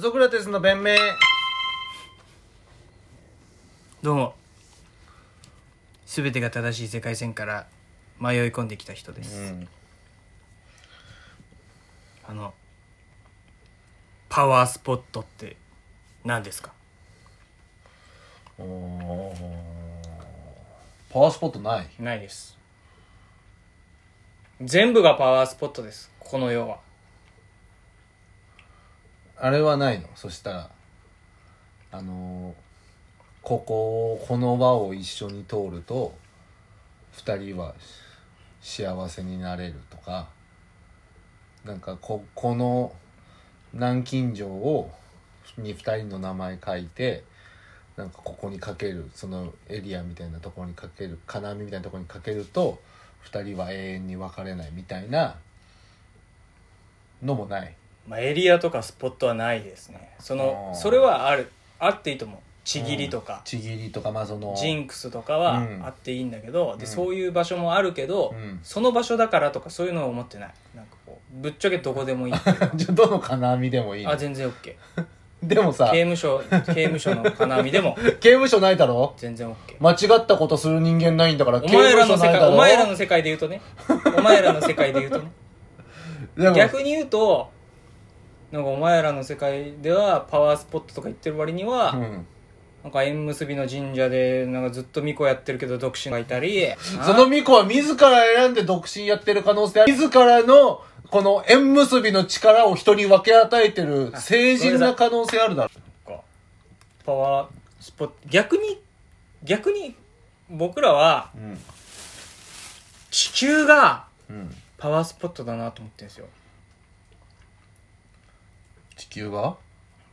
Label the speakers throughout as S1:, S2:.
S1: ソクラテスの弁明
S2: どうも全てが正しい世界線から迷い込んできた人です、
S1: ん
S2: あのパワースポットって何ですか
S1: パワースポットない
S2: ないです全部がパワースポットですこの世は
S1: あれはないのそしたらあのーこここの輪を一緒に通ると二人は幸せになれるとかなんかここの南京錠をに二人の名前書いてなんかここにかけるそのエリアみたいなところにかける金網みたいなところにかけると二人は永遠に別れないみたいなのもない。
S2: まあ、エリアとかスポットはないですねその
S1: あー
S2: それはあるあっていいと思うちぎりとか、
S1: ちぎりとかまあその
S2: ジンクスとかは
S1: うん
S2: あっていいんだけど、
S1: う
S2: で
S1: ん
S2: そういう場所もあるけど、
S1: うん
S2: その場所だからとかそういうのを思ってないなんかこうぶっちゃけどこでもいいっていうか
S1: じゃ あどの金網でもいいの
S2: あ全然 OK 刑
S1: でもさ刑
S2: 務所刑務所の金網 でも
S1: 務所ないだろ
S2: 全然 OK
S1: 間違ったことする人間ないんだから
S2: お前らの
S1: 刑務所な
S2: 世
S1: い
S2: 界
S1: だろ
S2: お前らの世界で言うとねお前らの世界で言うとね
S1: でも
S2: 逆に言うとなんかお前らの世界ではパワースポットとか言ってる割には、
S1: うん
S2: なんか縁結びの神社でなんかずっと巫女やってるけど独身がいたり
S1: その巫女は自ら選んで独身やってる可能性ある自らのこの縁結びの力を人に分け与えてる成人な可能性あるだろ
S2: かパワースポット逆に逆に僕らは
S1: うん
S2: 地球が
S1: うん
S2: パワースポットだなと思ってるんですよ
S1: 地球が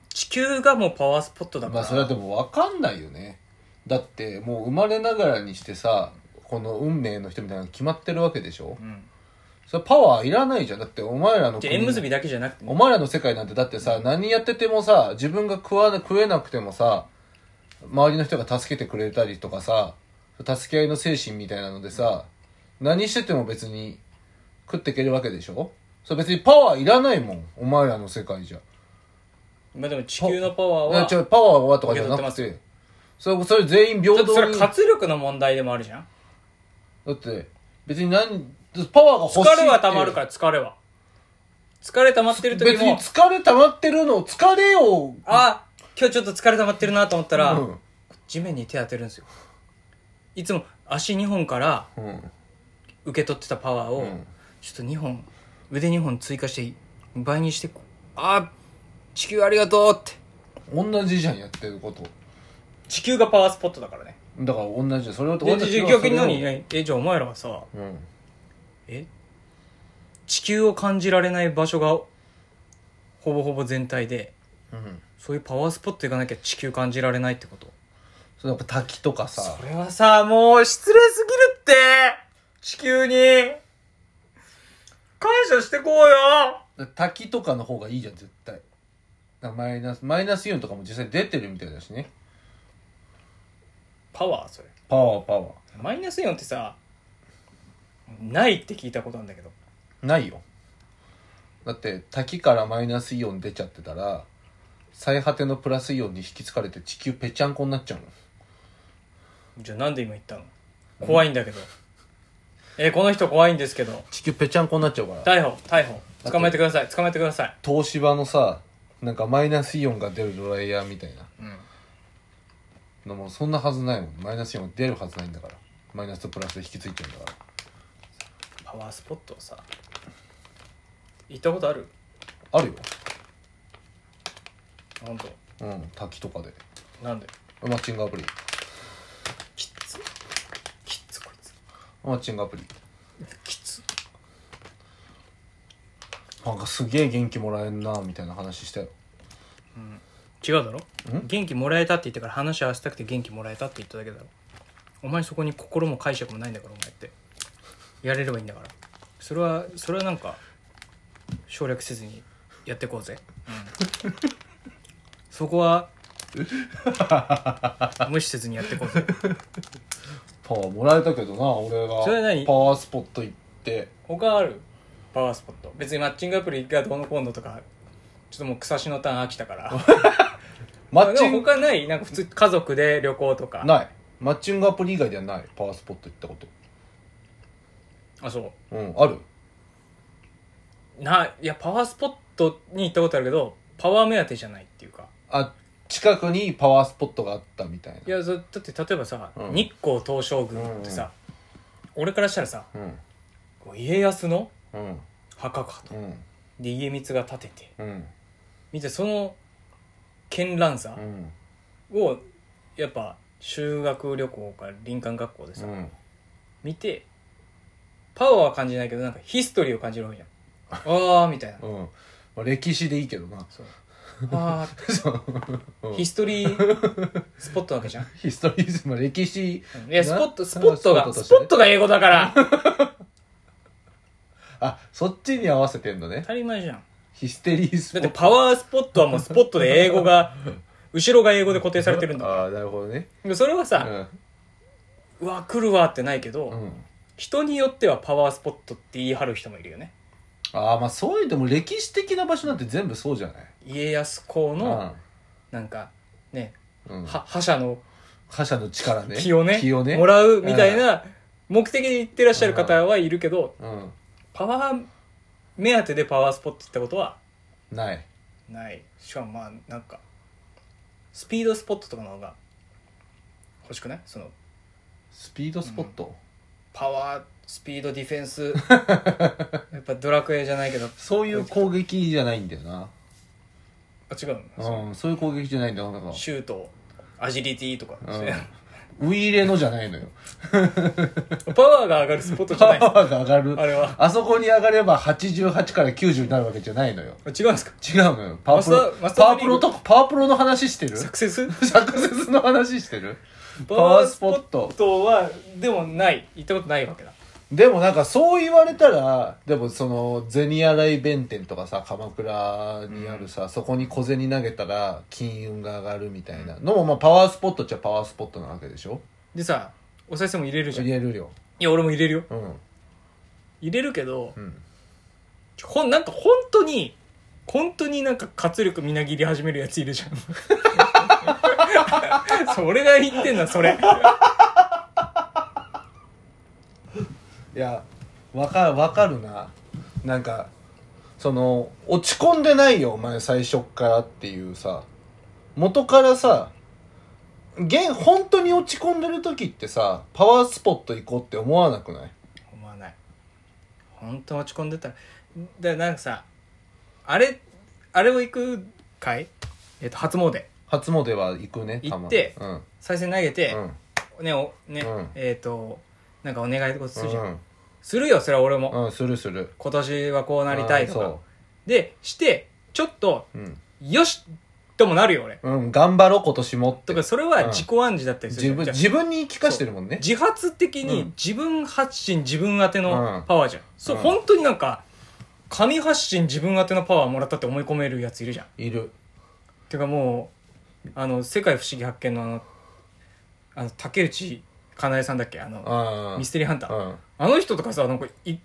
S2: 地球がもうパワースポットだか
S1: ま
S2: ら、
S1: あそれはでも分かんないよねだってもう生まれながらにしてさこの運命の人みたいなの決まってるわけでしょ
S2: うん、
S1: それパワーいらないじゃんだってお前らの
S2: じゃあ
S1: 国
S2: 縁結びだけじゃなくてね
S1: お前らの世界なんてだってさ何やっててもさ自分が食わな食えなくてもさ周りの人が助けてくれたりとかさ助け合いの精神みたいなのでさ何してても別に食っていけるわけでしょそれ別にパワーいらないもんお前らの世界じゃ
S2: まあでも地球のパワ
S1: いや
S2: ーは
S1: ち
S2: ちょ
S1: ょパワーはとかじゃな
S2: 受け
S1: く
S2: 取って
S1: それそれ全員平
S2: っとそ
S1: 等
S2: れ
S1: に
S2: は
S1: だ
S2: 活力の問題でもあるじゃん
S1: って別に何パワーが欲しい
S2: 疲
S1: って
S2: れは溜まるから疲れは疲れ溜まってる時
S1: 別に
S2: も
S1: 疲れ溜まってるの疲れを
S2: あ今日ちょっと疲れ溜まってるなと思ったら、
S1: うん
S2: 地面に手当てるんですよいつも足2本から
S1: うん
S2: 受け取ってたパワーを、
S1: うん
S2: ちょっと2本腕2本追加して倍にしてあ地球ありがとうって
S1: 同じじゃんやってること
S2: 地球がパワースポットだからね
S1: だから同じだよそれを
S2: で
S1: 私は
S2: 逆に
S1: そ
S2: 何
S1: れを
S2: えじゃあお前らはさ
S1: うん
S2: え地球を感じられない場所がほぼほぼ全体で
S1: うん
S2: そういうパワースポット行かなきゃ地球感じられないってこと
S1: それやっぱ滝とかさ
S2: それはさもう失礼すぎるって地球に感謝してこうよ
S1: 滝とかの方がいいじゃん絶対だからマイナスマイナスイオンとかも実際出てるみたいだしね
S2: パワーそれ
S1: パワーパワ
S2: マイナスイオンってさないって聞いたことなんだけど
S1: ーないよだって滝からマイナスイオン出ちゃってたら最果てのプラスイオンに引きつかれて地球ぺちゃんこになっちゃうの
S2: じゃあなんで今言ったの怖いんだけどえーこの人怖いんですけど
S1: 地球ぺちゃんこになっちゃうから
S2: 逮捕逮捕捕まえてください捕まえてください
S1: 東芝のさなんかマイナスイオンが出るドライヤーみたいな
S2: うん
S1: のもそんなはずないもんマイナスイオン出るはずないんだからマイナスとプラスで引きついてるんだから
S2: パワースポットをさ行ったことある
S1: あるよ
S2: 本当
S1: うん滝とかで
S2: なんで
S1: マッチングアプリ
S2: キッズキッズこいつ
S1: マッチングアプリ
S2: キッズ
S1: なんかすげえ元気もらえんなみたいな話したよ
S2: 違うだろ元気もらえたって言ってから話合わせたくて元気もらえたって言っただけだろお前そこに心も解釈もないんだからお前ってやれればいいんだからそれはそれはなんか省略せずにやってこうぜ、そこは無視せずにやってこうぜ
S1: パワーもらえたけどな俺が
S2: それ何
S1: パワースポット行って
S2: 他あるパワースポット別にマッチングアプリがどうのこうのとかちっともう草しのターン飽きたから。
S1: マッチ
S2: でも
S1: ング
S2: 他ないなんか普通家族で旅行とか。
S1: ないマッチングアプリ以外ではないパワースポット行ったこ
S2: あ、そ
S1: とうんある
S2: う。な、いや、パワースポットに行ったことあるけど、パワー目当てじゃないっていうか。
S1: あ近くにパワースポットがあったみたいない
S2: や、そだって例えばさ、
S1: うん
S2: 日光東照宮ってさ、俺からしたらさ、
S1: うん
S2: こう家康の
S1: うん
S2: 墓かと。
S1: うん
S2: で、家光が建てて。
S1: うん
S2: 見て、その、絢爛さ
S1: うん
S2: を、やっぱ、修学旅行か林間学校でさ、
S1: うん
S2: 見てパワーは感じないけどなんかヒストリーを感じるわけじ ゃんああみたいな
S1: うんまあ歴史でいいけどな
S2: そうあ
S1: う
S2: あ
S1: ん
S2: ヒストリースポットなわ けじゃん
S1: ヒストリーズム歴史
S2: うんいや
S1: な
S2: スポットスポット
S1: スポット
S2: が
S1: と
S2: ス
S1: して
S2: ポ
S1: ね
S2: ットが英語だから
S1: あそっちに合わせてんのね
S2: 当たり前じゃん
S1: ヒステリースポ
S2: だ
S1: ッ
S2: っ
S1: ト
S2: てパワースポットはもうスポットで英 語が後ろが英語で固定されてるんだ
S1: ああーなるほどね
S2: でもそれは
S1: う
S2: さ、
S1: ん
S2: うわ来るわってないけど、
S1: うん
S2: 人によってはパワースポットって言い張る人もいるよね
S1: ああまあそういうでも歴史的な場所なんて全部そうじゃない
S2: 家康公のなんかね、
S1: うんうん
S2: は覇者の
S1: 覇者の力ね
S2: 気をね
S1: 気をね
S2: もらうみたいな目的で行ってらっしゃる方はいるけど、
S1: うん
S2: パワー目当てでパワースポット行ったことは
S1: ない
S2: ないしかもまあなんかスピードスポットとかの方が欲しくないその
S1: スピードスポット、
S2: パワースピードディフェ ンスやっぱドラクエじゃないけど
S1: そういう攻撃じゃないんだよな
S2: あ違うの、
S1: うんそういう攻撃じゃないんだよなんか
S2: シュートアジリティとか、
S1: ウイイレのじゃないのよ
S2: パワーが上がるスポットじ
S1: パ
S2: ゃないです
S1: ワーが上がる
S2: あれは
S1: あそこに上がれば88から90になるわけじゃないのよ
S2: 違うんですか
S1: 違うのよパワープロ
S2: マスターマスタ
S1: パ
S2: ー
S1: ワープロとパワープロの話してる
S2: サクセス
S1: サクセスの話してる
S2: パ
S1: パ
S2: ワ
S1: ワ
S2: ー
S1: ー
S2: ス
S1: ス
S2: ポ
S1: ポ
S2: ッ
S1: ッ
S2: ト
S1: ト
S2: はでもない行ったことないわけだ
S1: でもなんかそう言われたらでもその銭洗い弁天とかさ鎌倉にあるさ、そこに小銭投げたら金運が上がるみたいなのもまあパワースポットっちゃパワースポットなわけでしょ
S2: でさお賽銭も入れるじゃん
S1: 入
S2: い
S1: れるよ
S2: や俺も入れるよ
S1: うん
S2: 入れるけど、
S1: うん
S2: ちょほんなんか本当に本当になんか活力みなぎり始めるやついるじ ゃんそれが言ってんのそれ
S1: いやわかわかるななんかその落ち込んでないよお前最初っからっていうさ元からさ現本当に落ち込んでる時ってさパワースポット行こうって思わなくない
S2: 思わない本当落ち込んでたらでなんかさあれあれを行くかい、えっと初詣
S1: 初詣は行くねたまに
S2: 行って
S1: うん
S2: 賽銭投げて、
S1: うん
S2: ねおね、
S1: うん
S2: えっ、となんかお願い事するじゃん、
S1: うん
S2: するよそれは俺
S1: う
S2: も、
S1: ん、するする。
S2: 今年はこうなりたいと
S1: う
S2: かでしてちょっと
S1: んそう。
S2: よしともなるよ俺
S1: うん。うん、頑張ろう、今年もって。
S2: とかそれは自己暗示だったりす
S1: 自
S2: るじゃん
S1: 分、
S2: じゃあ
S1: 自分に言い聞かしてるもんね。
S2: 自発的
S1: う
S2: に
S1: ん
S2: 自分発信自分宛てのパワーじゃん、そう
S1: うん
S2: 本当になんか紙発信自分宛てのパワーもらったって思い込めるやついるじゃん
S1: いる。
S2: てかもうあの「世界不思議発見の」あのあの竹内かなえさんだっけあの
S1: うん。
S2: ミステリーハンター、
S1: うん。
S2: あの人とかさなんかい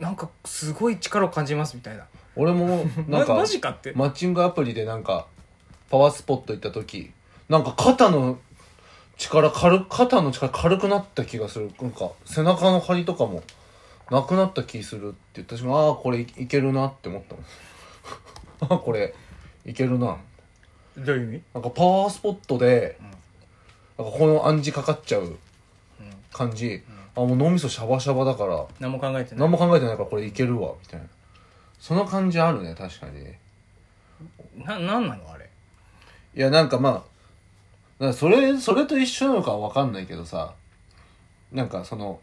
S2: なんかすごい力を感じますみたいな
S1: 俺も、
S2: な
S1: なん んか、
S2: マジかって、
S1: マッチングアプリでなんか、パワースポット行った時、なんか肩の力軽く、肩の力軽くなった気がする。なんか、背中の張りとかも、なくなった気するって言った瞬間、ああ、これいいけるなって思ったもん。 ああ、これいけるな。
S2: どういう意味
S1: なんかパワースポットで、なんかこの暗示かかっちゃう感じ、あもう脳みそシャバシャバだから
S2: 何も考えてない
S1: 何も考えてないからこれいけるわみたいなその感じあるね確かにい
S2: ななんなのあれ
S1: やなんかまあなんかそれそれと一緒なのかは分かんないけどさなんかその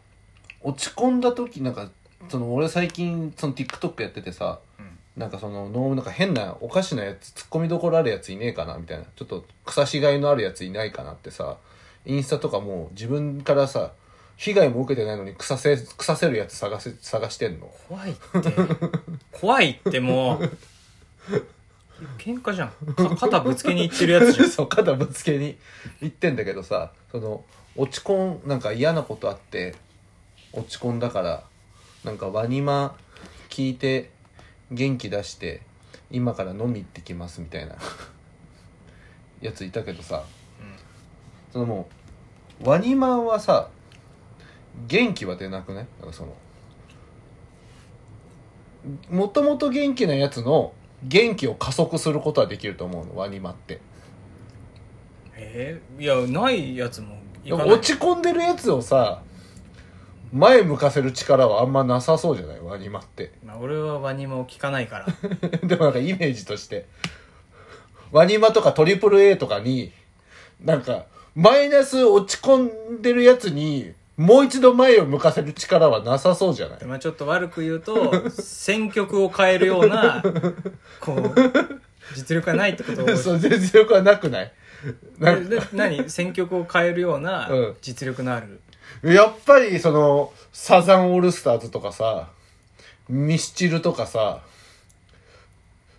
S1: 落ち込んだ時なんかその俺最近その TikTok やっててさ、
S2: うん
S1: なんかそののなんか変なおかしなやつツッコミどころあるやついねえかなみたいなちょっと草しがいのあるやついないかなってさインスタとかもう自分からさ被害も受けてないのに腐せ腐せるやつ探せ探してんの
S2: 怖いって怖いってもう喧嘩じゃんか肩ぶつけに行ってるやつじゃん
S1: そう肩ぶつけに行ってんだけどさその落ち込んなんか嫌なことあって落ち込んだからなんかワニマ聞いて元気出して今から飲み行ってきますみたいなやついたけどさそのもうワニマンはさ元気は出なくねなんかそのもともと元気なやつの元気を加速することはできると思うのワニマって
S2: えー、いやないやつもいかない
S1: 落ち込んでるやつをさ前向かせる力はあんまなさそうじゃないワニマって
S2: まあ、俺はワニマを聞かないから
S1: でもなんかイメージとして、ワニマとかトリプル A とかに、なんか、マイナス落ち込んでるやつに、もう一度前を向かせる力はなさそうじゃない
S2: まあちょっと悪く言うと選曲を変えるようなこう実力がないってこと を
S1: そう、全然よくはなくないな
S2: で
S1: んか
S2: で何選曲を変えるような
S1: うん
S2: 実力のある、
S1: やっぱり、その、サザンオールスターズとかさ、ミスチルとかさ、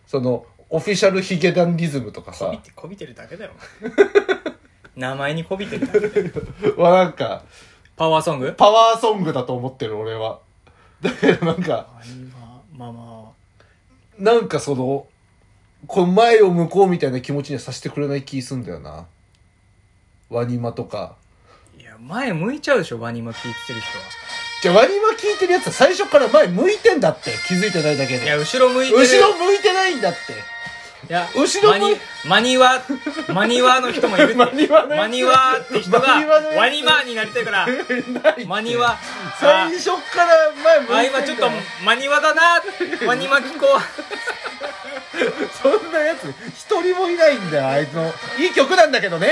S1: その、オフィシャルヒゲダンリズムとか
S2: こび
S1: さ、
S2: てこびてるだ けだよ名前にこびてるだけだよ
S1: はなんか、
S2: パワーソング
S1: パワーソングだと思ってる俺は。だけどなんか、
S2: ワニマまあま
S1: なんかその、こう前を向こうみたいな気持ちにはさせてくれない気すんだよな。ワニマとか。
S2: あいや前向いちゃうでしょワニマ聴いてる人は
S1: じゃあワニマ聞いてるやつは最初から前向いてんだって。気づいてないだけ
S2: いや
S1: で。
S2: 後ろ向いて
S1: 後
S2: る
S1: ろ向いてないん だって。
S2: いや
S1: 後ろ向い
S2: マニマニワマニワの人もいるっ て
S1: マニワのやつ
S2: マニワって人が
S1: マニワのやつ
S2: ワニマになりたいから
S1: ない
S2: マニワ
S1: 最初から前向いてんだ
S2: あ
S1: よ
S2: 今ちょっとマニワだなマニワ聞こ
S1: そんなやつ一人もいないんだよ、あいつの。いい曲なんだけどね。